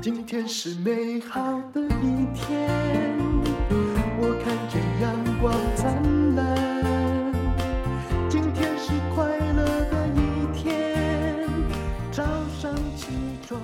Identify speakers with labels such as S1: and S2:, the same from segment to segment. S1: 今天是美好的一天，我看见阳光灿烂。今天是快乐的一天，早上起床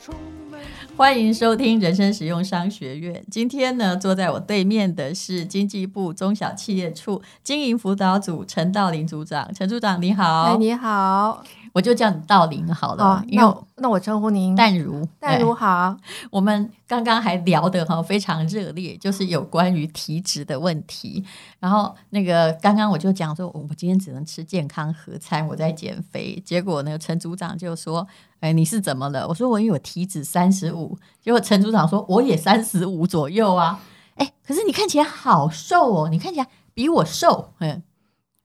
S1: 充满。
S2: 欢迎收听人生实用商学院。今天呢，坐在我对面的是经济部中小企业处经营辅导组陈道林组长。陈组长你好，
S3: 哎，你好，
S2: 我就叫你道林好了，
S3: 哦，
S2: 因
S3: 那
S2: 为哎
S3: 我那我称呼您，
S2: 淡如
S3: 淡
S2: 对
S3: 如好，
S2: 我们刚刚还聊得哈非常热烈，就是有关于体脂的问题。然后那个刚刚我就讲说，我今天只能吃健康合餐，我在减肥。结果呢，陈组长就说：“哎，你是怎么了？”我说：“我有体脂三十五。”结果陈组长说：“我也三十五左右啊。”哎，可是你看起来好瘦哦，你看起来比我瘦。嗯，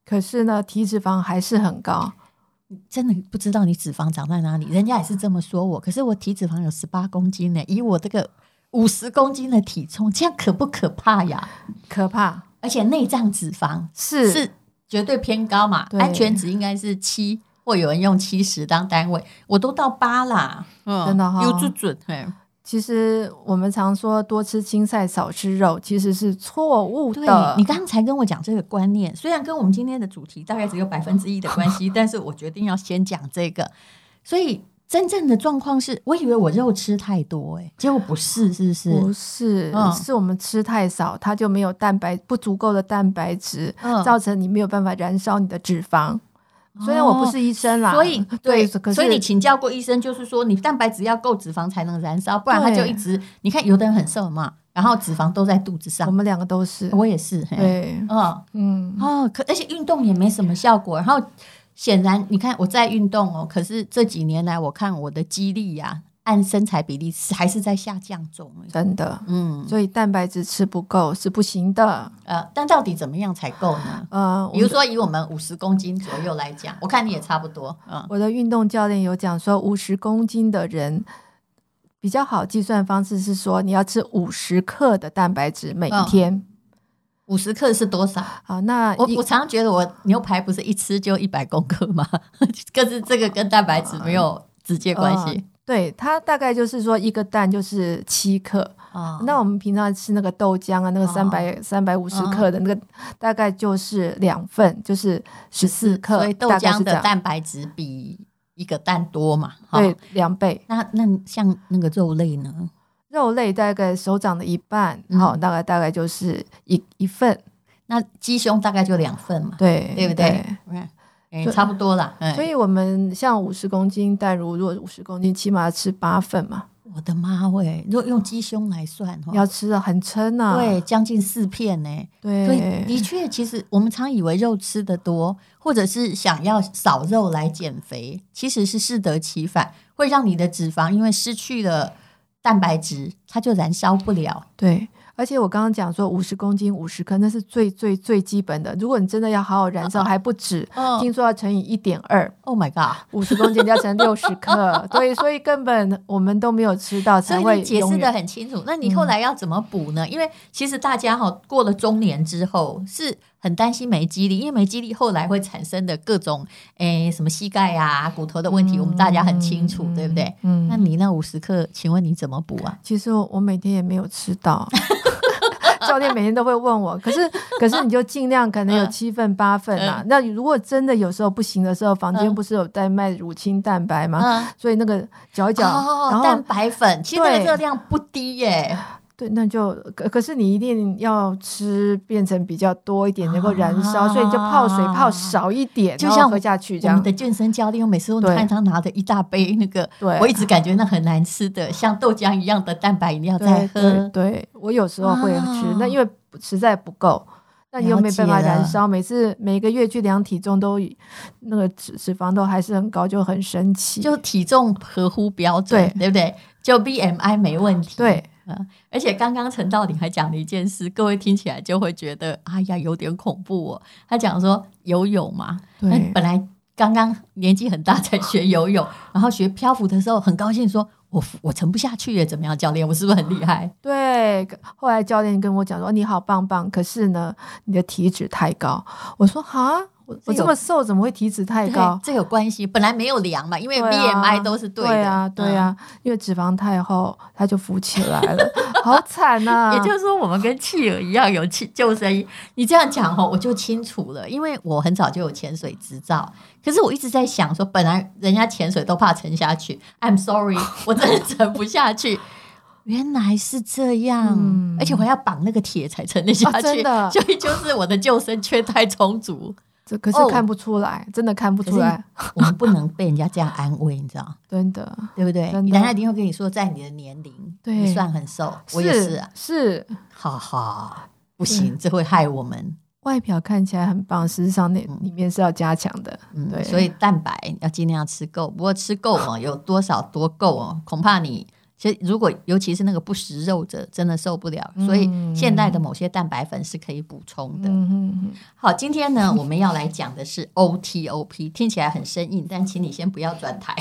S3: 可是呢，体脂肪还是很高，
S2: 真的不知道你脂肪长在哪里，人家也是这么说我，可是我体脂肪有十八公斤呢，以我这个五十公斤的体重，这样可不可怕呀？
S3: 可怕，
S2: 而且内脏脂肪
S3: 是
S2: 是绝对偏高嘛，
S3: 对
S2: 安全值应该是七，或有人用七十当单位，我都到八啦，嗯
S3: 真的哈
S2: 有准准，嘿
S3: 其实我们常说多吃青菜少吃肉，其实是错误
S2: 对
S3: 的。
S2: 你刚才跟我讲这个观念，虽然跟我们今天的主题大概只有百分之一的关 系，但是我决定要先讲这个。所以真正的状况是，我以为我肉吃太多、欸，结果不是，是不是？
S3: 不是，
S2: 嗯
S3: 是我们吃太少，它就没有蛋白不足够的蛋白质，
S2: 嗯
S3: 造成你没有办法燃烧你的脂肪。虽然我不是医生啦，
S2: 哦所 以对，
S3: 可是
S2: 所以你请教过医生，就是说你蛋白质要够，脂肪才能燃烧，不然它就
S3: 对
S2: 一直。你看有的人很瘦嘛，然后脂肪都在肚子
S3: 我
S2: 上，
S3: 们两个都是，
S2: 我也是，嘿
S3: 对，
S2: 嗯。
S3: 嗯，
S2: 哦，可而且运动也没什么效果。然后显然，你看我在运动哦，可是这几年来，我看我的肌力呀、按身材比例是还是在下降中。哎
S3: 真的，
S2: 嗯，
S3: 所以蛋白质吃不够是不行的。
S2: 呃，但到底怎么样才够呢？
S3: 呃，
S2: 比如说，以我们五十公斤左右来讲，我看你也差不多，嗯，
S3: 我的运动教练有讲说，五十公斤的人比较好计算方式是说，你要吃五十克的蛋白质
S2: 嗯
S3: 每一天。
S2: 五十克是多少？
S3: 好，那
S2: 我
S3: 一
S2: 我常常觉得我牛排不是一吃就一百公克吗？ 可是这个跟蛋白质没有直接关系
S3: 呃对它大概就是说一个蛋就是七克。
S2: 啊。
S3: 那我们平常吃那个豆浆啊，那个
S2: 哦
S3: 三百三百五十
S2: 嗯
S3: 克的那个，大概就是两份，就是十四克，
S2: 所以豆
S3: 大概
S2: 浆
S3: 是这
S2: 的
S3: 样。
S2: 蛋白质比一个蛋多嘛？哈
S3: 对，两倍
S2: 那那像那个肉类呢？
S3: 肉类大概手掌的一半，
S2: 嗯
S3: 好、大概大概就是一一份，
S2: 那鸡胸大概就两份嘛，
S3: 对
S2: 对不对？嗯，哎
S3: 所以
S2: 差不多啦。哎
S3: 所以我们像五十公斤，但如如果五十公斤，起码要吃八份嘛，
S2: 我的妈喂，如果用鸡胸来算哈
S3: 你，要吃的很撑啊。
S2: 对，将近四片呢、所以
S3: 对
S2: 的确，其实我们常以为肉吃的多，或者是想要少肉来减肥，其实是适得其反，会让你的脂肪因为失去了蛋白质，它就燃烧不了。
S3: 对，而且我刚刚讲说五十公斤五十克，那是最最最基本的。如果你真的要好好燃烧，还不止，
S2: 嗯
S3: 听说要乘以一点二。
S2: ，Oh my god！
S3: 五十公斤就要乘六十 克，对，所以根本我们都没有吃到，
S2: 所
S3: 才
S2: 以
S3: 会
S2: 你解释
S3: 永
S2: 的
S3: 远嗯
S2: 很清楚。那你后来要怎么补呢？因为其实大家哈、过了中年之后是很担心没肌力，因为没肌力后来会产生的各种诶什么膝盖啊、骨头的问题，我们大家很清楚，对不对？？
S3: 嗯，
S2: 那你那五十克，请问你怎么补啊？
S3: 其实我我每天也没有吃到， 教练每天都会问我，可是可是你就尽量可能有
S2: 嗯
S3: 七份八份啊。那如果真的有时候不行的时候，房间
S2: 嗯
S3: 不是有在卖乳清蛋白吗？
S2: 嗯，
S3: 所以那个搅一搅，啊然
S2: 哦，蛋
S3: 后
S2: 白粉，其实那个
S3: 对
S2: 热量不低耶，
S3: 对，那就可可是你一定要吃变成比较多一点，能够燃
S2: 啊
S3: 烧，所以你就泡水泡少一点，
S2: 就
S3: 然后
S2: 像
S3: 喝下去这
S2: 我们
S3: 样
S2: 的。健身教练，我每次都
S3: 对
S2: 看他拿着一大杯那个，
S3: 对
S2: 我一直感觉那很难吃的，像豆浆一样的蛋白饮料啊在
S3: 对
S2: 喝。
S3: 对对，我有时候会吃，
S2: 啊
S3: 那因为实在不够，那你又没办法
S2: 了解了
S3: 燃烧，每次每个月去量体重都那个脂脂肪都还是很高，就很生气。
S2: 就体重合乎标准，对不对？就 BMI 没问题。
S3: 对，
S2: 嗯，而且刚刚陈道鼎还讲了一件事，各位听起来就会觉得哎呀有点恐怖哦。他讲说游泳嘛，
S3: 对
S2: 那哎本来刚刚年纪很大才学游泳，然后学漂浮的时候很高兴说。我我沉不下去耶，怎么样，教练？我是不是很厉害？
S3: 对，后哦来教练跟我讲说你好棒棒，可是呢，你的体脂太高。我说哈，
S2: 我
S3: 我这么瘦怎么会体脂太
S2: 对
S3: 高？
S2: 这有关系。本来没有量嘛，因为
S3: 对啊
S2: BMI 都是的，嗯
S3: 对啊，对啊，因为脂肪太厚，它就浮起来了， 好惨啊呐、
S2: 嗯。也就是说，我们跟企鹅一样有气救生衣。你这样讲哦，我就清楚了，因为我很早就有潜水执照。可是我一直在想说，本来人家潜水都怕沉下去，I'm sorry，我 真的沉不下去。原来是这样，
S3: 嗯
S2: 而且我还要绑那个铁才沉得下
S3: 哦
S2: 去，
S3: 真的
S2: 所以就是我的救生圈太充足。
S3: 这可是
S2: 哦
S3: 看不出来，真的看不
S2: 可
S3: 出
S2: 是
S3: 来，
S2: 我们不能被人家这样安慰，你知道，
S3: 真的。
S2: 对不对？
S3: 真的
S2: 人家一定会跟你说，在你的年龄，
S3: 对
S2: 你算很瘦，我也是啊，
S3: 是
S2: 哈哈，不行，这会害我们。
S3: 外表看起来很棒，事实上那
S2: 嗯
S3: 里面是要加强的。
S2: 嗯
S3: 对，，
S2: 所以蛋白要尽量吃够，不过吃够哦，有多少多够哦，恐怕你。其实，如果尤其是那个不食肉者，真的受不了。所以，现代的某些蛋白粉是可以补充的。
S3: 嗯哼哼，
S2: 好，今天呢，我们要来讲的是 OTOP，听起来很生硬，但请你先不要转台。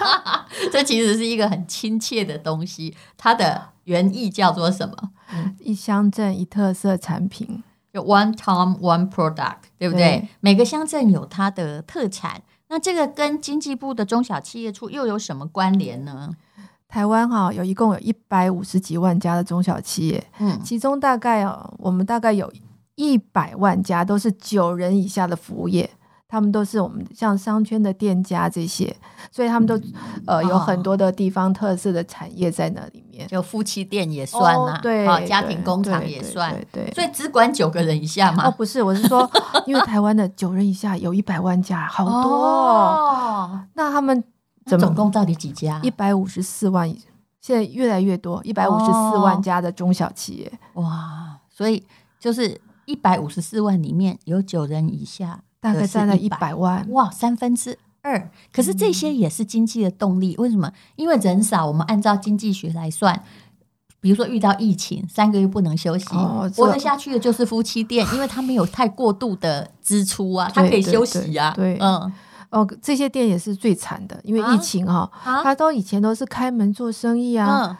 S2: 这其实是一个很亲切的东西，它的原意叫做什么？
S3: 嗯一乡镇一特色产品，
S2: 就 One Time One Product，对不对？
S3: 对
S2: 每个乡镇有它的特产。那这个跟经济部的中小企业处又有什么关联呢？
S3: 台湾哈、有一共有一百五十几万家的中小企业，
S2: 嗯，
S3: 其中大概哦，我们大概有一百万家都是九人以下的服务业，他们都是我们像商圈的店家这些，所以他们都呃有
S2: 哦
S3: 很多的地方特色的产业在那里面，
S2: 就夫妻店也算啦、
S3: 哦对，
S2: 啊家庭
S3: 对
S2: 工厂
S3: 对
S2: 也
S3: 对
S2: 算，
S3: 对对
S2: 所以只管九个人以下
S3: 哦，
S2: 嘛。
S3: 不是，我是说，因为台湾的九人以下有一百万家，好多、哦。
S2: 哦，
S3: 那他们
S2: 那
S3: 怎
S2: 总
S3: 么
S2: 共到底几家？
S3: 一百五十四万以？现在越来越多，一百五十四万
S2: 哦
S3: 家的中小企业，
S2: 哇，所以就是一百五十四万里面有九人以下，
S3: 大概占了
S2: 一
S3: 一百万。
S2: 哇，三分之二。可是这
S3: 嗯
S2: 些也是经济的动力，为什么？因为人少，我们按照经济学来算。比如说遇到疫情，三个月不能休息，
S3: 哦这
S2: 活得下去的就是夫妻店，因为他没有太过度的支出啊，他
S3: 对
S2: 可以休息啊，
S3: 对对对
S2: 嗯
S3: 哦，这些店也是最惨的，因为
S2: 啊
S3: 疫情哈、
S2: 啊
S3: 他都以前都是开门做生意啊，
S2: 嗯，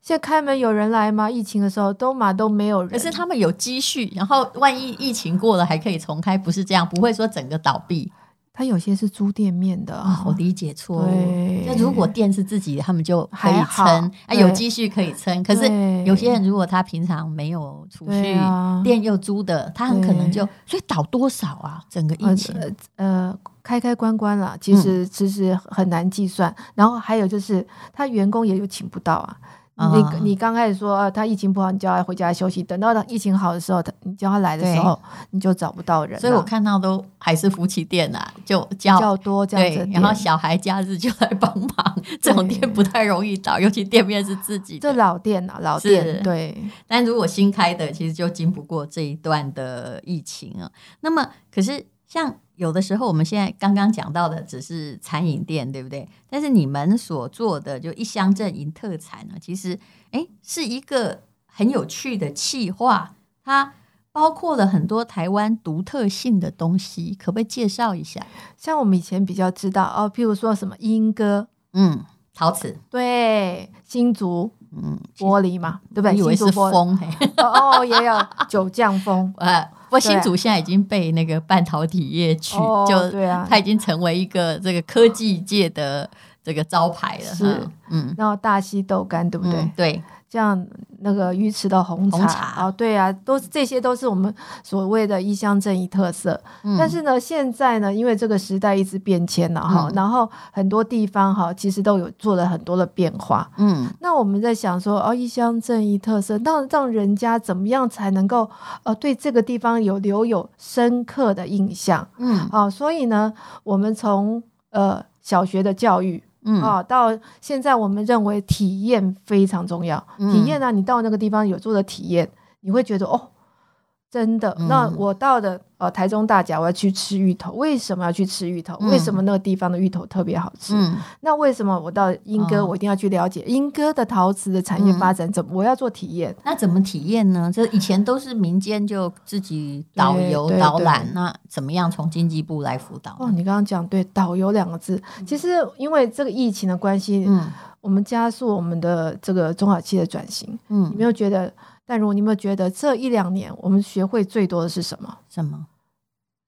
S3: 现在开门有人来吗？疫情的时候都嘛都没有人，
S2: 可是他们有积蓄，然后万一疫情过了还可以重开，不是这样，不会说整个倒闭
S3: 他有些是租店面的
S2: 啊
S3: 啊，。
S2: 我理解错误。
S3: 对，
S2: 那如果店是自己的，他们就可以
S3: 嗯还好
S2: 撑，啊，
S3: 对
S2: 有积蓄可以撑。可是
S3: 对
S2: 有些人如果他平常没有储蓄
S3: 对，啊
S2: 店又租的，他很可能
S3: 对
S2: 就所以倒多少啊？整个疫
S3: 呃
S2: 情
S3: 呃呃，开开关关啦，其实
S2: 嗯
S3: 其实很难计算。然后还有就是，他员工也有请不到啊。
S2: 啊
S3: 你你刚开始说、啊、他疫情不好，你叫他回家休息，等到他疫情好的时候，他你叫他来的时候，你就找不到人了。啊
S2: 所以我看到都还是夫妻店啊，就叫
S3: 比较多这样子的
S2: 对，然
S3: 店，
S2: 后小孩假日就来帮忙，这种店不太容易倒，尤其店面是自己
S3: 这
S2: 的。
S3: 老店啊，老
S2: 是
S3: 店对，
S2: 但如果新开的，其实就经不过这一段的疫情啊。那么，可是像有的时候，我们现在刚刚讲到的只是餐饮店，对不对？但是你们所做的就一乡镇一特产呢，其实诶是一个很有趣的企划，它包括了很多台湾独特性的东西，可不可以介绍一下？
S3: 像我们以前比较知道哦，譬如说什么莺歌，
S2: 嗯，陶瓷，
S3: 对，新竹
S2: 嗯，
S3: 玻璃嘛，对不
S2: 我
S3: 对？
S2: 以为
S3: 新
S2: 是
S3: 竹玻璃
S2: 风、嘿
S3: 哦，哦也有九降 风，
S2: 呃，不过
S3: 对
S2: 新竹现在已经被那个半导体业取，
S3: 哦
S2: 就
S3: 对啊
S2: 它已经成为一个这个科技界的这个招牌了。
S3: 是
S2: 嗯，嗯，
S3: 然后大溪豆干，对不对？
S2: 嗯对，
S3: 像那个鱼池的红茶
S2: 红茶
S3: 哦，对啊，都是这些都是我们所谓的一乡镇一特色。
S2: 嗯
S3: 但是呢，现在呢，因为这个时代一直变迁了哈，
S2: 嗯
S3: 然后很多地方哈，其实都有做了很多的变化。
S2: 嗯，
S3: 那我们在想说，哦，一乡镇一特色，那让人家怎么样才能够呃对这个地方有留有深刻的印象？
S2: 嗯，
S3: 哦，所以呢，我们从呃小学的教育，
S2: 嗯，
S3: 啊，到现在我们认为体验非常重要。
S2: 嗯
S3: 体验呢、你到那个地方有做的体验，你会觉得哦，真的。那
S2: 嗯
S3: 我到的呃台中大甲，我要去吃芋头，为什么要去吃芋头？为什么那个地方的芋头特别好吃？
S2: 嗯，
S3: 那为什么我到莺歌，
S2: 哦
S3: 我一定要去了解莺歌的陶瓷的产业
S2: 嗯
S3: 发展怎么？我要做体验。
S2: 那怎么体验呢？这以前都是民间就自己导游
S3: 对对
S2: 导览，
S3: 对
S2: 那怎么样从经济部来辅导呢？
S3: 哦，你刚刚讲对“导游”两个字，其实因为这个疫情的关系，
S2: 嗯
S3: 我们加速我们的这个中小企业的转型。你
S2: 嗯，
S3: 没有觉得？但如果你有没有觉得这一两年我们学会最多的是什么？
S2: 什么？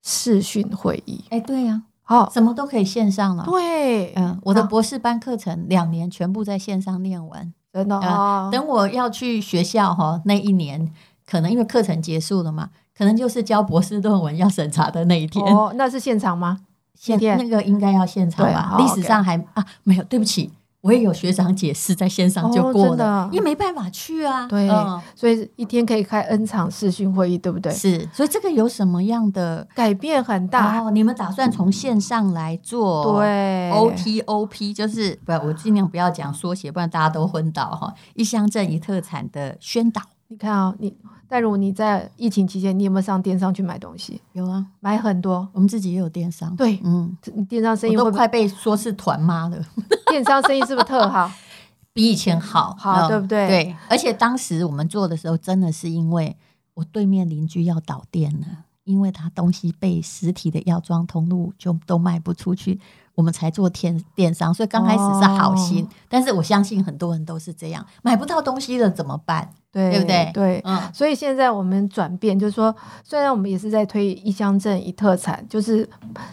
S3: 视讯会议。
S2: 哎，对呀、
S3: 好，
S2: 什么都可以线上了。
S3: 对，
S2: 嗯、我的
S3: 啊
S2: 博士班课程两年全部在线上念完。
S3: 真的
S2: 啊
S3: 哦，
S2: 等我要去学校哈、那一年可能因为课程结束了嘛，可能就是交博士论文要审查的那一天。
S3: 哦，那是现场吗？
S2: 现
S3: 天
S2: 那个应该要现场
S3: 对
S2: 吧？
S3: 好
S2: 历
S3: OK
S2: 史上还啊没有，对不起，我也有学长解释在线上就
S3: 哦
S2: 过
S3: 真的
S2: 了
S3: 啊，
S2: 因为没办法去啊。
S3: 对
S2: 嗯，
S3: 所以一天可以开 N 场视讯会议，对不对？
S2: 是，所以这个有什么样的？
S3: 改变很大，
S2: 哦，你们打算从线上来做？。
S3: 对
S2: O T O P 就是不，我尽量不要讲缩写，不然大家都昏倒哈。一乡镇一特产的宣导
S3: 你看啊、你戴如你在疫情期间，你有没有上电商去买东西？
S2: 有啊，
S3: 买很多，
S2: 我们自己也有电商，
S3: 对
S2: 嗯，
S3: 你电商生
S2: 我
S3: 意会
S2: 都
S3: 不会
S2: 快？被说是团妈了，
S3: 电商生意是不是特好？
S2: 比以前好，嗯
S3: 好对不对
S2: 对，而且当时我们做的时候，真的是因为我对面邻居要倒店了，因为他东西被实体的药妆通路就都卖不出去，我们才做电电商，所以刚开始是好心，
S3: 哦
S2: 但是我相信很多人都是这样，买不到东西了怎么办？
S3: 对
S2: 对不对
S3: 对。
S2: 嗯，
S3: 所以现在我们转变，就是说，虽然我们也是在推一乡镇一特产，就是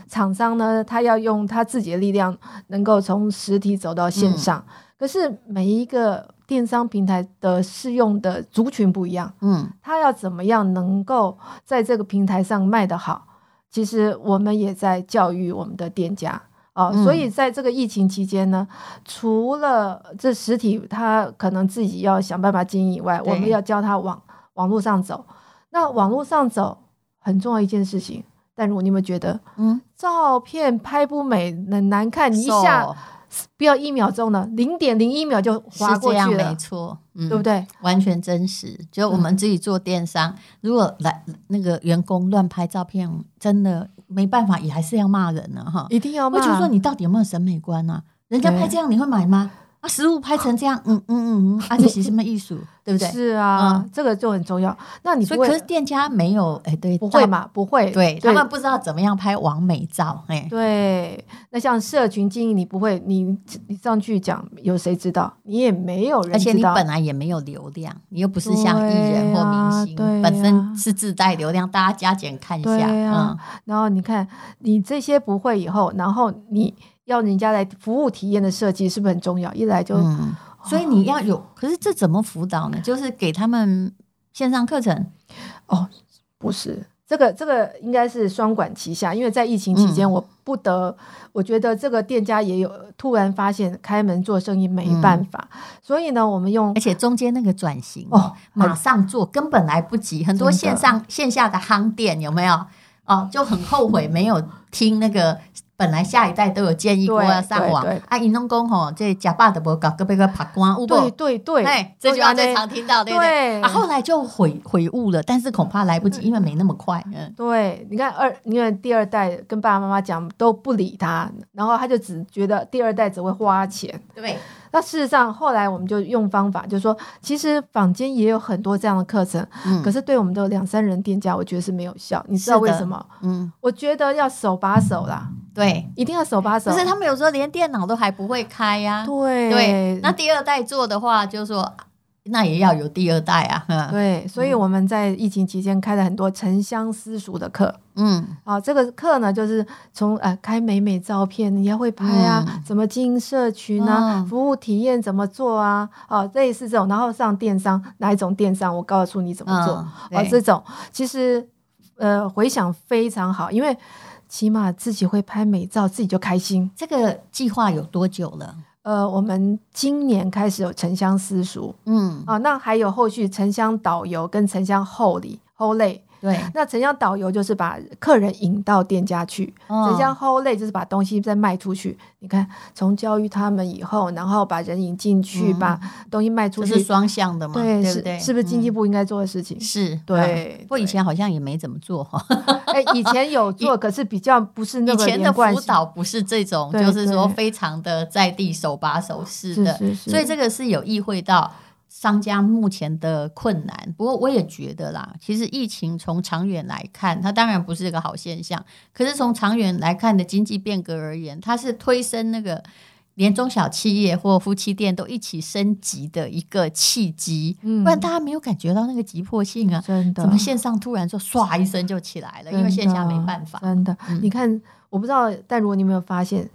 S3: 厂商呢，他要用他自己的力量，能够从实体走到线上。可是每一个电商平台的适用的族群不一样，
S2: 嗯，
S3: 他要怎么样能够在这个平台上卖得好？其实我们也在教育我们的店家啊，
S2: 嗯
S3: 所以在这个疫情期间呢，除了这实体他可能自己要想办法经营以外，
S2: 对
S3: 我们要教他往网络上走。那网络上走很重要一件事情，但如果你们觉得
S2: 嗯，
S3: 照片拍不美、很难看，你一下
S2: 瘦
S3: 不要一秒钟了，零点零一秒就划
S2: 是这
S3: 过
S2: 样
S3: 去
S2: 没
S3: 了，
S2: 错，嗯，
S3: 对不对？
S2: 完全真实。就我们
S3: 嗯
S2: 自己做电商，如果来那个员工乱拍照片，真的没办法，也还是要骂人了哈。
S3: 一定要
S2: 会
S3: 骂。
S2: 觉得说你到底有没有审美观啊？人家
S3: 对
S2: 拍这样你会买吗？啊，食物拍成这样，嗯嗯嗯嗯，啊，这是什么艺术，对不对？
S3: 是啊，
S2: 嗯
S3: 这个就很重要。那你
S2: 所
S3: 不
S2: 以可
S3: 会
S2: 是店家没有，哎，对，
S3: 不会
S2: 照？
S3: 嘛？不会，
S2: 对他
S3: 对
S2: 们不知道怎么样拍完美照，哎，
S3: 对。那像社群经营，你不会，你你上去讲，有谁知道？你也没有人
S2: 而且
S3: 知
S2: 你
S3: 道。
S2: 本来也没有流量，你又不是像艺人或明星，
S3: 对啊对啊
S2: 本身是自带流量，大家加减看一下，
S3: 对啊然后你看，你这些不会以后，然后你要人家来服务体验的设计是不是很重要？一来就、啊
S2: 嗯，所以你要有，可是这怎么辅导呢？就是给他们线上课程，
S3: 不是。这个这个应该是双管齐下，因为在疫情期
S2: 嗯
S3: 间，我不得，我觉得这个店家也有突然发现开门做生意没
S2: 嗯
S3: 办法，所以呢，我们用
S2: 而且中间那个转型
S3: 哦
S2: 马上做根本来不及，很多
S3: 真
S2: 线
S3: 的
S2: 上线下的夯店有没有？哦，就很后悔没有听那个。本来下一代都有建议过
S3: 对
S2: 要上网
S3: 对对，
S2: 啊，移动工吼，这假爸的无搞，个被个拍光，有
S3: 对
S2: 不？
S3: 对对，
S2: 哎，这句话最
S3: 对
S2: 常听到，对不对？
S3: 对
S2: 啊，后来就悔悔悟了，但是恐怕来不及，因为没那么快。嗯，
S3: 对，你看二，因为第二代跟爸爸妈妈讲都不理他，然后他就只觉得第二代只会花钱。
S2: 对，
S3: 那事实上，后来我们就用方法，就是说，其实坊间也有很多这样的课程，
S2: 嗯
S3: 可是对我们的两三人店家，我觉得是没有效。你知道
S2: 是的
S3: 为什么？
S2: 嗯，
S3: 我觉得要手把手啦，
S2: 对，
S3: 一定要手把手。
S2: 可是他们有时候连电脑都还不会开呀、
S3: 啊对
S2: 对，那第二代做的话，就说那也要有第二代啊。嗯
S3: 对，所以我们在疫情期间开了很多城乡私塾的课。
S2: 嗯，
S3: 啊，这个课呢，就是从呃开美美照片，你要会拍啊，怎么经营社群啊，
S2: 嗯
S3: 服务体验怎么做啊，啊，类似这种，然后上电商哪一种电商，我告诉你怎么做，
S2: 嗯
S3: 啊，
S2: 对
S3: 这种其实呃回想非常好，因为起码自己会拍美照，自己就开心。
S2: 这个计划有多久了？
S3: 呃，我们今年开始有城乡私塾
S2: 嗯，
S3: 啊，那还有后续城乡导游跟城乡后里后类。
S2: 对，
S3: 那城乡导游就是把客人引到店家去，
S2: 嗯
S3: 城乡后类就是把东西再卖出去。你看，从教育他们以后，然后把人引进去，
S2: 嗯
S3: 把东西卖
S2: 这
S3: 出去，
S2: 是双向的嘛，
S3: 对，
S2: 不对？
S3: 是是不是经济
S2: 嗯
S3: 部应该做的事情？
S2: 是？
S3: 对
S2: 嗯不过以前好像也没怎么做哈。
S3: 哎、以前有做，可是比较不是那
S2: 以
S3: 个
S2: 前
S3: 连
S2: 的
S3: 贯
S2: 辅
S3: 性。
S2: 导不是这种，
S3: 对
S2: 就是说
S3: 对
S2: 非常的在地手把手式
S3: 是
S2: 的，
S3: 是是
S2: 所以这个是有意会到商家目前的困难。不过我也觉得啦，其实疫情从长远来看，它当然不是一个好现象，可是从长远来看的经济变革而言，它是推升那个。连中小企业或夫妻店都一起升级的一个契机，
S3: 嗯
S2: 不然大家没有感觉到那个急迫性啊。
S3: 真的
S2: 怎么线上突然就唰一声就起来了？因为线下没办法。
S3: 真的，
S2: 嗯
S3: 你看，我不知道，但如果你有没有发现，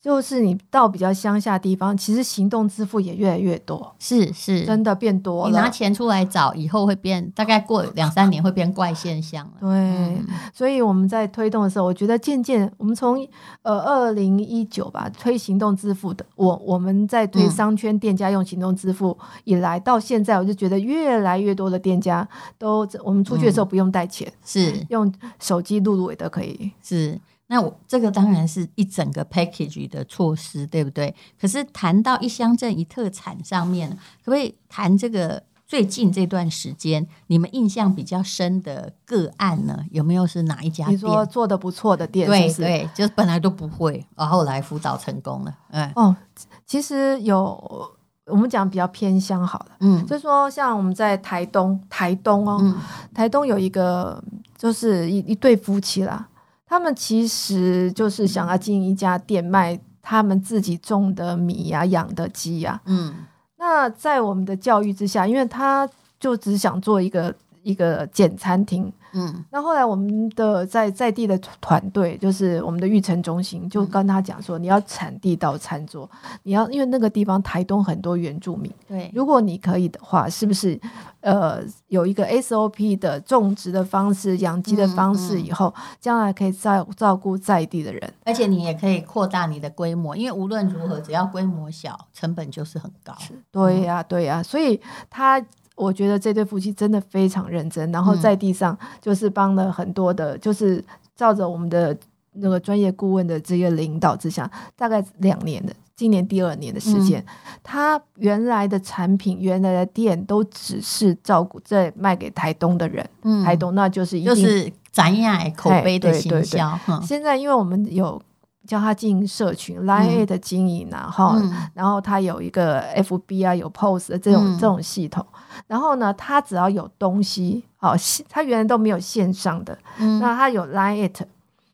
S3: 就是你到比较乡下地方，其实行动支付也越来越多，
S2: 是是，
S3: 真的变多
S2: 你
S3: 了。
S2: 拿钱出来找，以后会变，大概过两三年会变怪现象了。
S3: 对，
S2: 嗯
S3: 所以我们在推动的时候，我觉得渐渐我们从呃二零一九吧推行动支付的，我我们在推
S2: 嗯
S3: 商圈店家用行动支付以来，到现在我就觉得越来越多的店家都我们出去的
S2: 嗯
S3: 时候不用带钱，
S2: 是
S3: 用手机录入也都可以。
S2: 是。那我这个当然是一整个 package 的措施，对不对？可是谈到一乡镇一特产上面，可不可以谈这个最近这段时间你们印象比较深的个案呢？有没有是哪一家
S3: 你
S2: 店？
S3: 说做的不错的店，是
S2: 对
S3: 不是？
S2: 对，就是本来都不会，然后来辅导成功了。嗯
S3: 哦，其实有我们讲比较偏乡好了，
S2: 嗯
S3: 就说像我们在台东，台东哦，
S2: 嗯
S3: 台东有一个就是一一对夫妻啦，他们其实就是想要经营一家店卖他们自己种的米呀、养的鸡呀、
S2: 嗯
S3: 那在我们的教育之下，因为他就只想做一个一个简餐厅，
S2: 嗯
S3: 那后来我们的在在地的团队，就是我们的育成中心，就跟他讲说，你要产地到餐桌，你要因为那个地方台东很多原住民，
S2: 对，
S3: 如果你可以的话，是不是呃有一个 SOP 的种植的方式、养鸡的方式，
S2: 嗯嗯
S3: 以后将来可以照照顾在地的人？
S2: 而且你也可以扩大你的规模，因为无论如何，
S3: 嗯
S2: 只要规模小，成本就是很高。
S3: 对呀、
S2: 嗯
S3: 对呀、所以他。我觉得这对夫妻真的非常认真，然后
S2: 嗯
S3: 在地上就是帮了很多的，就是照着我们的那个专业顾问的这个领导之下，大概两年的，今年第二年的时间，
S2: 嗯
S3: 他原来的产品、原来的店都只是照顾在卖给台东的人，
S2: 嗯
S3: 台东那就是一定、
S2: 就是咱呀口碑的
S3: 嘿对
S2: 行
S3: 对
S2: 销，哼嗯
S3: 现在，因为我们有教他经营社群、Line A 的经营啊，哈、
S2: 嗯
S3: 然后他有一个 FB 啊，有 POS 的这种、
S2: 嗯
S3: 这种系统。然后呢，他只要有东西，好、线他原来都没有线上的，
S2: 嗯，
S3: 那他有 Line It，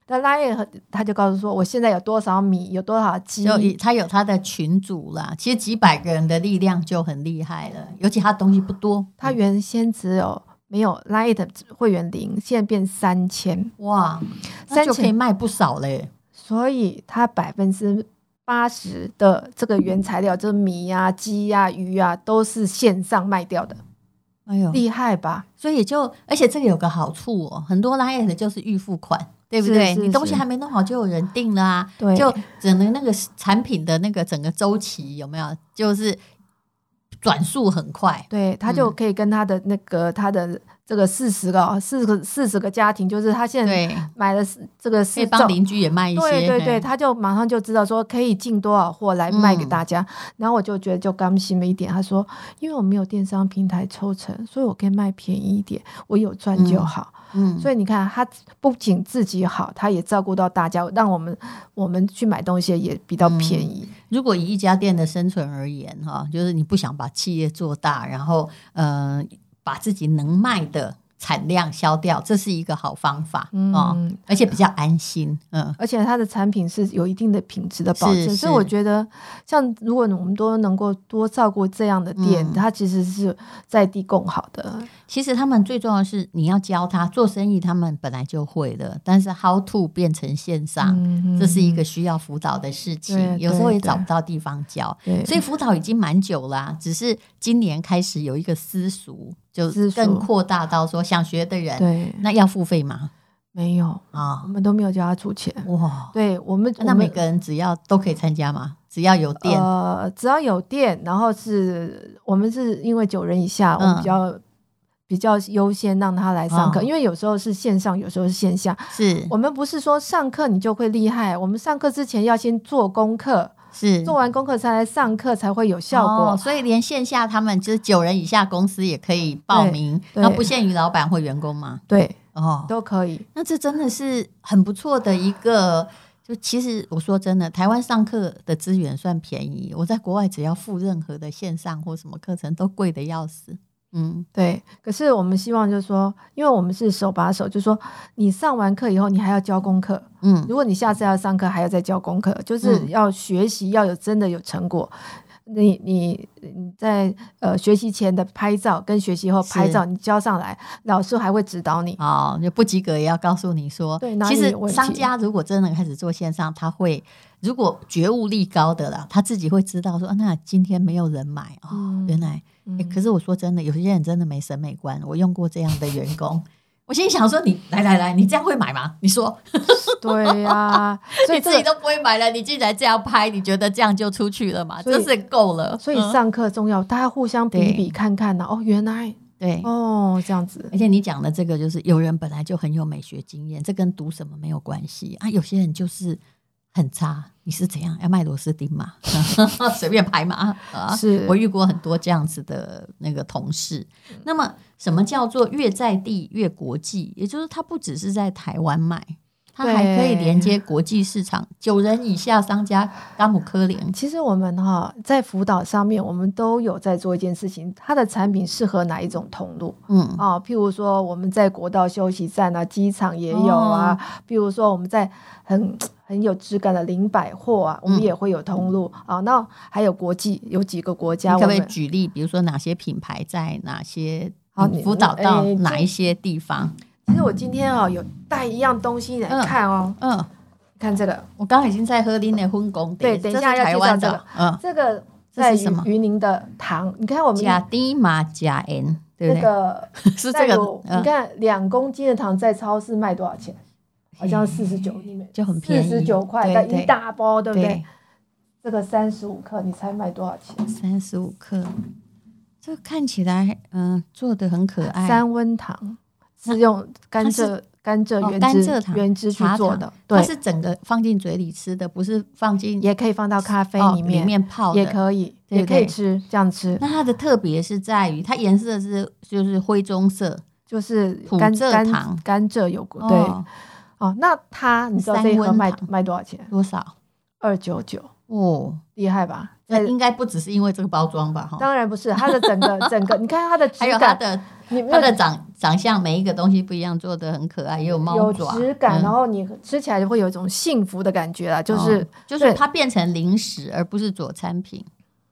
S3: 那 Line It 他就告诉说，我现在有多少米，有多少鸡，
S2: 就以他有他的群组啦，其实几百个人的力量就很厉害了，尤其他东西不多，
S3: 他原先只有没有 Line It 会员零，现在变三千，
S2: 哇，那
S3: 三
S2: 就
S3: 千
S2: 可以卖不少嘞。
S3: 所以他百分之。八十的这个原材料，就是米啊、鸡啊、鱼啊，都是线上卖掉的，
S2: 哎呦，
S3: 厉害吧？
S2: 所以就而且这个有个好处哦，很多拉 i 的就是预付款。对不对？
S3: 是是
S2: 你东西
S3: 是
S2: 还没弄好就有人订了啊，
S3: 对
S2: 就整个那个产品的那个整个周期有没有？就是转速很快，
S3: 对，他就
S2: 嗯
S3: 可以跟他的那个、他的这个四十个哦四个四十个家庭，就是他现在
S2: 对，
S3: 买了四这个
S2: 可
S3: 四
S2: 以帮邻居也卖一些。
S3: 嗯对对
S2: 嘿
S3: 对，他就马上就知道说可以进多少货来卖给大家，
S2: 嗯
S3: 然后我就觉得就甘心了一点。他说，因为我没有电商平台抽成，所以我可以卖便宜一点，我有赚就
S2: 嗯
S3: 好。
S2: 嗯，
S3: 所以你看，他不仅自己好，他也照顾到大家，让我们我们去买东西也比较便宜。
S2: 如果以一家店的生存而言，哈，就是你不想把企业做大，然后呃，把自己能卖的产量消掉，这是一个好方法
S3: 嗯
S2: 哦，而且比较安心。嗯，
S3: 而且它的产品是有一定的品质的保
S2: 是
S3: 证，所
S2: 是
S3: 以我觉得，像如果我们都能够多照顾这样的店，
S2: 嗯
S3: 它其实是在地共好的。
S2: 其实他们最重要的是你要教他做生意，他们本来就会的，但是 how to 变成线上，
S3: 嗯
S2: 啊这是一个需要辅导的事情，
S3: 对
S2: 有时候
S3: 对
S2: 也找
S3: 对
S2: 不到地方教。
S3: 对，
S2: 所以辅导已经蛮久啦、只是今年开始有一个私塾，就
S3: 私塾
S2: 更扩大到说想学的人，
S3: 对
S2: 那要付费吗？
S3: 没有，我
S2: 啊、
S3: 们都没有叫他出钱。
S2: 哇！
S3: 对我们，我
S2: 那
S3: 们
S2: 每个人只要都可以参加吗？只要有店，
S3: 呃，只要有店，然后是我们是因为九人以下，我
S2: 嗯
S3: 们比较。比较优先让他来上课，
S2: 哦
S3: 因为有时候是线上，有时候是线下。
S2: 是
S3: 我们不是说上课你就会厉害，我们上课之前要先做功课，
S2: 是
S3: 做完功课才来上课才会有效果。
S2: 嗯哦所以连线下他们就是九人以下公司也可以报名，
S3: 对
S2: 那不限于老板或员工吗？
S3: 对，
S2: 哦，
S3: 都可以。
S2: 那这真的是很不错的一个。就其实我说真的，台湾上课的资源算便宜，我在国外只要付任何的线上或什么课程都贵的要死。嗯
S3: 对，可是我们希望就是说，因为我们是手把手，就是说你上完课以后，你还要交功课。
S2: 嗯
S3: 如果你下次要上课，还要再交功课，就是
S2: 嗯
S3: 要学习，要有真的有成果。你你你在呃学习前的拍照跟学习后拍
S2: 是
S3: 照，你交上来，老师还会指导你。
S2: 哦，就不及格也要告诉你说，
S3: 对哪里
S2: 其实
S3: 有问题
S2: 商家如果真的开始做线上，他会如果觉悟力高的啦，他自己会知道说，啊、那今天没有人买哦，
S3: 嗯
S2: 原来、诶 可是我说真的，有些人真的没审美观，我用过这样的员工。 我心里想说你，来来来，你这样会买吗？你说，
S3: 对呀、所以
S2: 你
S3: 这
S2: 自己
S3: 个
S2: 都不会买了，你竟然这样拍，你觉得这样就出去了嘛？
S3: 所以
S2: 真是够了。
S3: 所
S2: 嗯
S3: 以上课重要，大家互相比
S2: 对
S3: 比看看呢、哦，原来
S2: 对，
S3: 哦这样子
S2: 而，且你讲的这个，就是有人本来就很有美学经验，这跟读什么没有关系啊。有些人就是很差，你是怎样要卖螺丝钉嘛， 随便拍嘛啊！
S3: 是
S2: 我遇过很多这样子的那个同事。那么，什么叫做越在地越国际？也就是它不只是在台湾卖，它还可以
S3: 对
S2: 连接国际市场。九人以下商家，甘姆科林
S3: 其实我们哈、在辅导上面，我们都有在做一件事情，它的产品适合哪一种通路
S2: 嗯，
S3: 啊、譬如说我们在国道休息站啊，机场也有啊；
S2: 哦
S3: 譬如说我们在很很有质感的零百货啊，我们
S2: 嗯
S3: 也会有通路啊、那还有国际有几个国
S2: 你
S3: 家，
S2: 可不
S3: 我
S2: 可以
S3: 们
S2: 举例，比如说哪些品牌在哪些
S3: 好
S2: 你
S3: 你
S2: 辅导到
S3: 诶
S2: 哪
S3: 这
S2: 一些地方？
S3: 其实我今天哦有带一样东西来
S2: 嗯
S3: 看哦，
S2: 嗯。
S3: 看这个，
S2: 我刚刚已经在喝你的婚工
S3: 对等一下要
S2: 台湾
S3: 介绍
S2: 的，嗯，
S3: 这个
S2: 这
S3: 在
S2: 是什么
S3: 云云林的糖，你看我们
S2: 假低马假 N，对不
S3: 那
S2: 对？
S3: 个
S2: 是
S3: 带
S2: 这
S3: 乳
S2: 个，
S3: 你
S2: 嗯，
S3: 看两公斤的糖在超市卖多少钱？好像四十九里面
S2: 就很便宜
S3: 四十九块，
S2: 对
S3: 但
S2: 对
S3: 一大包，对不对？这个三十五克，你猜卖多少钱？
S2: 三十五克，这看起来嗯做的很可爱，
S3: 三温糖是用甘蔗甘蔗
S2: 哦
S3: 原
S2: 甘
S3: 汁、
S2: 蔗糖
S3: 原汁去
S2: 茶
S3: 做
S2: 糖
S3: 的，
S2: 它
S3: 对，
S2: 是整个放进嘴里吃的，不是放进
S3: 也可以放到咖啡
S2: 哦
S3: 里面，
S2: 里面泡
S3: 也
S2: 的。
S3: 可以，
S2: 对
S3: 也可以
S2: 对
S3: 吃，这样吃
S2: 那它的特别是在于它颜色是就是灰棕色，
S3: 就是
S2: 普
S3: 甘
S2: 蔗
S3: 甘
S2: 糖
S3: 甘蔗有果，对
S2: 哦
S3: 哦。那它你知道这一
S2: 三
S3: 盒
S2: 温
S3: 卖
S2: 糖
S3: 卖多少钱？
S2: 多少
S3: 二九九，
S2: 哦？
S3: 厉害吧？
S2: 那
S3: 在
S2: 应该不只是因为这个包装吧？哈，
S3: 当然不是，它的 整个整个，你看它的质
S2: 还有它
S3: 感，
S2: 的
S3: 你没
S2: 它
S3: 有
S2: 的长长相，每一个东西不一样，做的很可爱，也有猫
S3: 有
S2: 爪，
S3: 质感，
S2: 嗯
S3: 然后你吃起来就会有一种幸福的感觉啦，就是
S2: 哦就
S3: 对
S2: 是它变成零食，而不是佐餐品。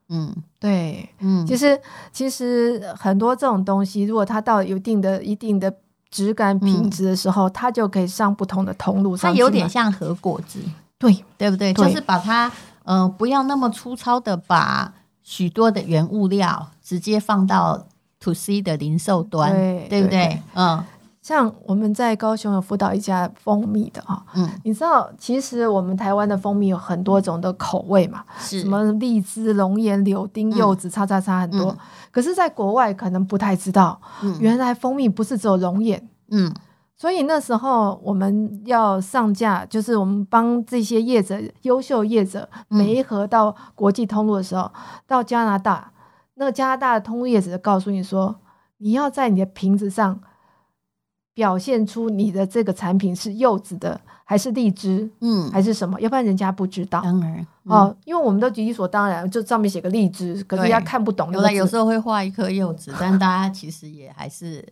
S2: 嗯
S3: 对。
S2: 嗯，
S3: 其实其实很多这种东西，如果它到有一定的一定的质感品质的时候，它就可以上不同的通路
S2: 嗯
S3: 上
S2: 它
S3: 去买。
S2: 有点像核果子，
S3: 对
S2: 对不对？
S3: 对
S2: 就是把它呃不要那么粗糙的把许多的原物料直接放到 to C 的零售端，
S3: 对
S2: 不
S3: 对
S2: 对？嗯
S3: 像我们在高雄有辅导一家蜂蜜的啊、
S2: 嗯，
S3: 你知道，其实我们台湾的蜂蜜有很多种的口味嘛，
S2: 是
S3: 什么荔枝、龙眼、柳丁、柚子，叉叉叉很多。
S2: 嗯
S3: 可是，在国外可能不太知道，
S2: 嗯
S3: 原来蜂蜜不是只有龙眼。
S2: 嗯
S3: 所以那时候我们要上架，就是我们帮这些业者、优秀业者，
S2: 嗯
S3: 每一盒到国际通路的时候，到加拿大，那个加拿大的通路业者就告诉你说，你要在你的瓶子上表现出你的这个产品是柚子的，还是荔枝，
S2: 嗯，
S3: 还是什么，要不然人家不知道。
S2: 当然
S3: 哦，因为我们都理所当然，就上面写个荔枝，可是人家看不懂
S2: 嗯
S3: 那
S2: 有
S3: 个
S2: 的
S3: 字。
S2: 有时候会画一颗柚子，但大家其实也还是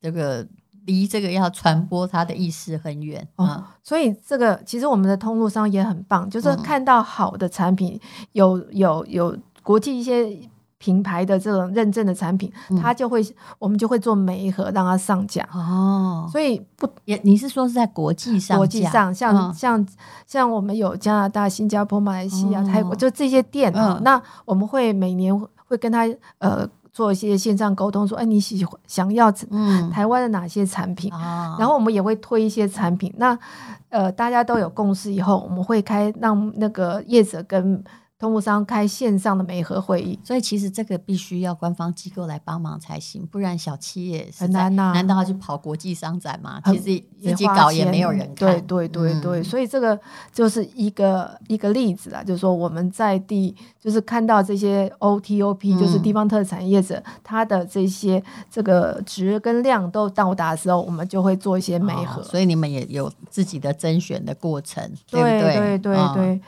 S2: 这个离这个要传播它的意识很远
S3: 哦
S2: 啊。
S3: 所以这个其实我们的通路商也很棒，就是
S2: 嗯
S3: 看到好的产品，有有有国际一些品牌的这种认证的产品，
S2: 嗯
S3: 它就会我们就会做每一盒让它上架。
S2: 哦，
S3: 所以不
S2: 也你是说是在国际上
S3: 国际
S2: 架
S3: 上，像、
S2: 嗯
S3: 像像我们有加拿大、新加坡、马来西亚、
S2: 哦
S3: 泰国，就这些店啊、
S2: 嗯
S3: 那我们会每年会跟他呃做一些线上沟通，说，哎，你喜欢想要
S2: 嗯
S3: 台湾的哪些产品？
S2: 啊
S3: 然后我们也会推一些产品。那呃，大家都有共识以后，我们会开让那个业者跟通路商开线上的媒合会议。
S2: 所以其实这个必须要官方机构来帮忙才行，不然小企业实在
S3: 很难呐
S2: 难道要去跑国际商展吗？
S3: 很
S2: 其实自己
S3: 花
S2: 搞也
S3: 钱
S2: 没有人
S3: 对
S2: 看。
S3: 对对
S2: 嗯
S3: 对，所以这个就是一个一个例子啦，就是说我们在地就是看到这些 OTOP，、
S2: 嗯
S3: 就是地方特产业者，它的这些这个值跟量都到达的时候，我们就会做一些媒合。
S2: 哦所以你们也有自己的甄选的过程，不
S3: 对
S2: 对？
S3: 对对
S2: 嗯
S3: 对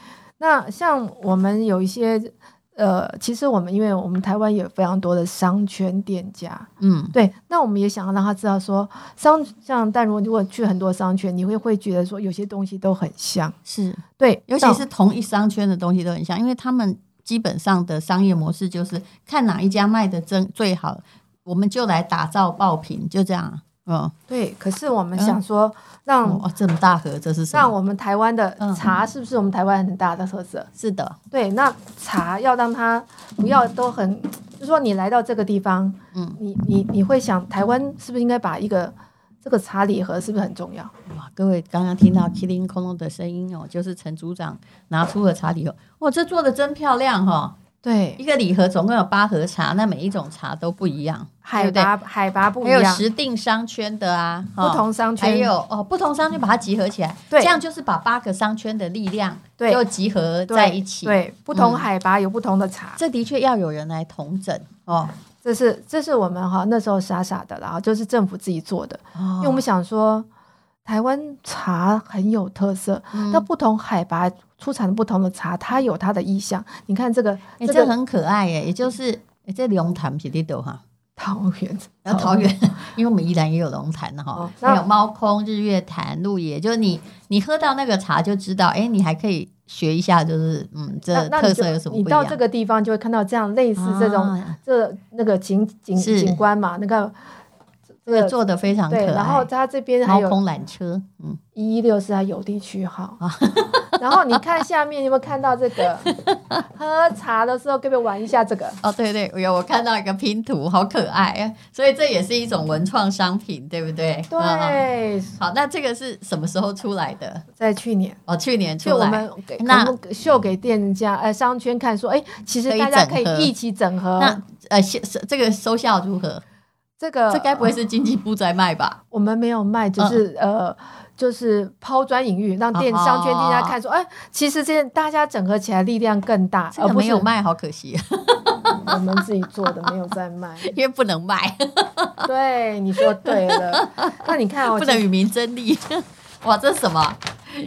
S3: 那像我们有一些。呃，其实我们因为我们台湾也有非常多的商圈店家，
S2: 嗯，
S3: 对，那我们也想要让他知道说，商像但如果如果去很多商圈，你会会觉得说有些东西都很像，
S2: 是，
S3: 对，
S2: 尤其
S3: 到
S2: 是同一商圈的东西都很像，因为他们基本上的商业模式就是看哪一家卖的真最好，我们就来打造爆品，就这样。嗯，
S3: 对。可是我们
S2: 嗯
S3: 想说让，让、
S2: 哦，这么大盒，这是什么？
S3: 我们台湾的
S2: 嗯
S3: 茶是不是我们台湾很大的特色？
S2: 是的，
S3: 对，那茶要让它不要都很，就说你来到这个地方，
S2: 嗯，
S3: 你你你会想台湾是不是应该把一个这个茶礼盒是不是很重要？
S2: 哇，各位刚刚听到 k i l i n g 空空的声音哦，就是陈组长拿出了茶礼盒，哇，这做的真漂亮哈、哦！
S3: 对，
S2: 一个礼盒总共有八盒茶，那每一种茶都不一样，
S3: 海
S2: 对不对
S3: 拔海拔不一
S2: 还有
S3: 样，
S2: 时定商圈的啊，
S3: 不
S2: 哈
S3: 同商圈
S2: 还有哦，不同商圈把它集合起来，
S3: 对
S2: 这样就是把八个商圈的力量
S3: 对
S2: 就集合在一起。，
S3: 对，不同
S2: 嗯
S3: 海拔有不同的茶。
S2: 这的确要有人来统整哦。
S3: 这是这是我们哈那时候傻傻的啦，然后就是政府自己做的，因
S2: 因
S3: 为我们想说台湾茶很有特色，
S2: 嗯
S3: 那、不同海拔出产不同的茶，它有它的意象。你看这个、
S2: 哎，
S3: 这
S2: 这
S3: 个
S2: 很可爱耶，也就是哎，这龙潭是里头哈，
S3: 桃园，
S2: 然后桃园， 因为我们宜兰也有龙潭的哈
S3: 哦，
S2: 还有
S3: 那
S2: 猫空、日月潭、鹿野，就是你你喝到那个茶就知道，哎，你还可以学一下，就是嗯，
S3: 那
S2: 这
S3: 那
S2: 特
S3: 你就
S2: 色有什么
S3: 你
S2: 不一样？
S3: 到这个地方就会看到这样类似这种、
S2: 啊
S3: 这那个景景
S2: 是
S3: 景观嘛，那个这
S2: 这个做的非常可
S3: 对，
S2: 爱，
S3: 然后它这边还
S2: 猫
S3: 有
S2: 空啊缆车，嗯，
S3: 一一六是它有地区号。 然后你看下面有没有看到这个？喝茶的时候，可不可以玩一下这个？
S2: 哦，对对，有我看到一个拼图，好可爱啊！所以这也是一种文创商品，对不对？嗯
S3: 对，
S2: 好，那这个是什么时候出来的？
S3: 在去年，
S2: 哦，去年出
S3: 就我
S2: 来。
S3: 们给
S2: 那
S3: 我们秀给店家、呃商圈看，说，哎，其实大家
S2: 可
S3: 可
S2: 以整合
S3: 以一起整合
S2: 那。呃，现这个收效如何？
S3: 这个
S2: 这该不会
S3: 呃
S2: 是经济部在卖吧？
S3: 我们没有卖，就是呃，就是抛砖引玉，让店
S2: 嗯哦
S3: 商圈店家看说，哎，其实这大家整合起来力量更大，
S2: 这
S3: 而
S2: 个
S3: 呃
S2: 哦
S3: 不
S2: 没
S3: 是
S2: 有卖，好可惜，啊
S3: 我们自己做 的，没有在卖。
S2: 因为不能卖，
S3: 哦对，你说对了。那你看 哦，
S2: 不能与民争利。哇，这是什么？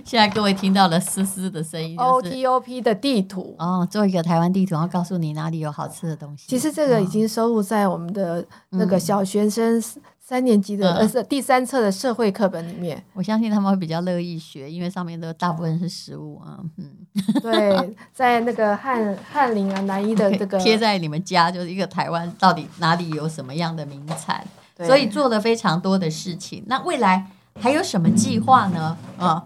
S2: 现在各位听到了嘶嘶的声音，
S3: O
S2: 就是
S3: T O P 的地图，
S2: 哦，做一个台湾地图，然后告诉你哪里有好吃的东西。
S3: 其实这个已
S2: 嗯
S3: 经收录在我们的那个
S2: 嗯
S3: 小学生三年级的、
S2: 嗯
S3: 呃是第三册的社会课本里 面。
S2: 我相信他们会比较乐意学，因为上面都大部分是食物啊，嗯，
S3: 对，在那个翰翰林啊南一的这个
S2: 贴在你们家就是一个台湾到底哪里有什么样的名产，
S3: 对
S2: 所以做了非常多的事情。那未来还有什么计划呢？
S3: 哦
S2: 啊、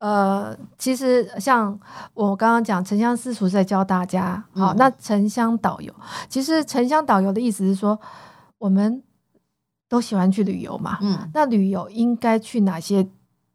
S3: 呃，其实像我刚刚讲城乡私塾是在教大家，好、
S2: 嗯
S3: 那城乡导游，其实城乡导游的意思是说，我们都喜欢去旅游嘛，
S2: 嗯
S3: 那旅游应该去哪些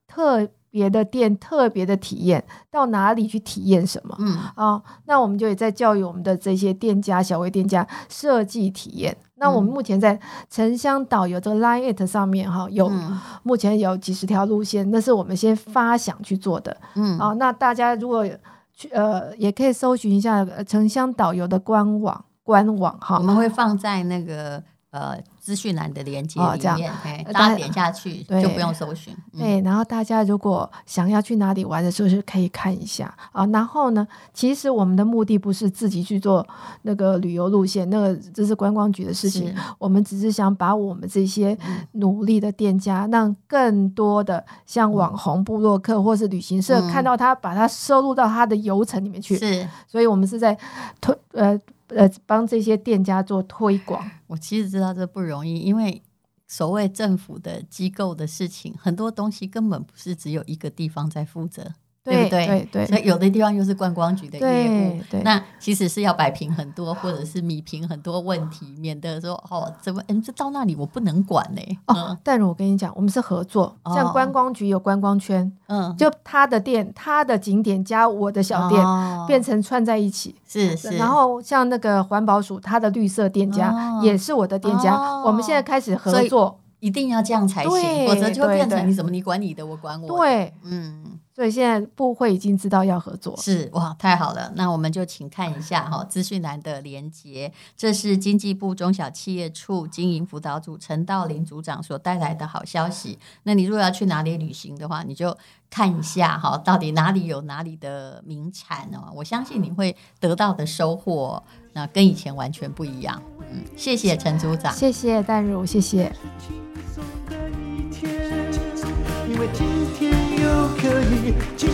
S3: 特别的店、特别的体验，到哪里去体验什么？
S2: 嗯
S3: 啊、那我们就也在教育我们的这些店家、小微店家设计体验。那我们
S2: 嗯
S3: 目前在城乡导游这个 Line It 上面哈，有、
S2: 嗯
S3: 目前有几十条路线，那是我们先发想去做的
S2: 嗯，
S3: 啊、那大家如果去呃，也可以搜寻一下呃城乡导游的官网官网
S2: 我
S3: 哈。
S2: 们会放在那个呃资讯栏的链接
S3: 哦
S2: 里
S3: 这样
S2: 面，哎、
S3: 呃
S2: 大家
S3: 大
S2: 点下去
S3: 对
S2: 就不用搜寻。嗯
S3: 哎对，然后大家如果想要去哪里玩的时候，是可以看一下啊。然后呢，其实我们的目的不是自己去做那个旅游路线，那个这是观光局的事情。
S2: 是
S3: 我们只是想把我们这些
S2: 嗯
S3: 努力的店家，让更多的像网红、部落客或是旅行社
S2: 嗯
S3: 看到它，把它收录到它的游程里面去。
S2: 是
S3: 所以我们是在推呃呃帮这些店家做推广。
S2: 我其实知道这不容易，因为所谓政府的机构的事情，很多东西根本不是只有一个地方在负责，对不
S3: 对
S2: 对
S3: 对
S2: 所以有的地方又是观光局的业务
S3: 对。对
S2: 那其实是要摆平很多，或者是米平很多问题，免得说哦，怎么嗯，这到那里我不能管呢、
S3: 哦，但是我跟你讲，我们是合作，
S2: 哦
S3: 像观光局有观光圈，
S2: 嗯嗯，
S3: 就他的店、他的景点加我的小店，
S2: 哦
S3: 变成串在一起。
S2: 是是，
S3: 然后像那个环保署，它的绿色店家、
S2: 哦
S3: 也是我的店家，
S2: 哦
S3: 我们现在开始合作，
S2: 一定要这样才行，
S3: 对
S2: 否则就会变
S3: 对
S2: 成
S3: 对
S2: 你怎么你管你的，我管我的。
S3: 对，
S2: 嗯，
S3: 所以现在部会已经知道要合作。
S2: 是哇，太好了！那我们就请看一下哈、资讯栏的连接，这是经济部中小企业处经营辅导组陈道林组长所带来的好消息。那你如果要去哪里旅行的话，你就看一下哈、到底哪里有哪里的名产哦。我相信你会得到的收获，那跟以前完全不一样。嗯，谢谢陈组长。
S3: 谢谢淡如，谢谢。
S1: 轻松的一天，因为今天又可以继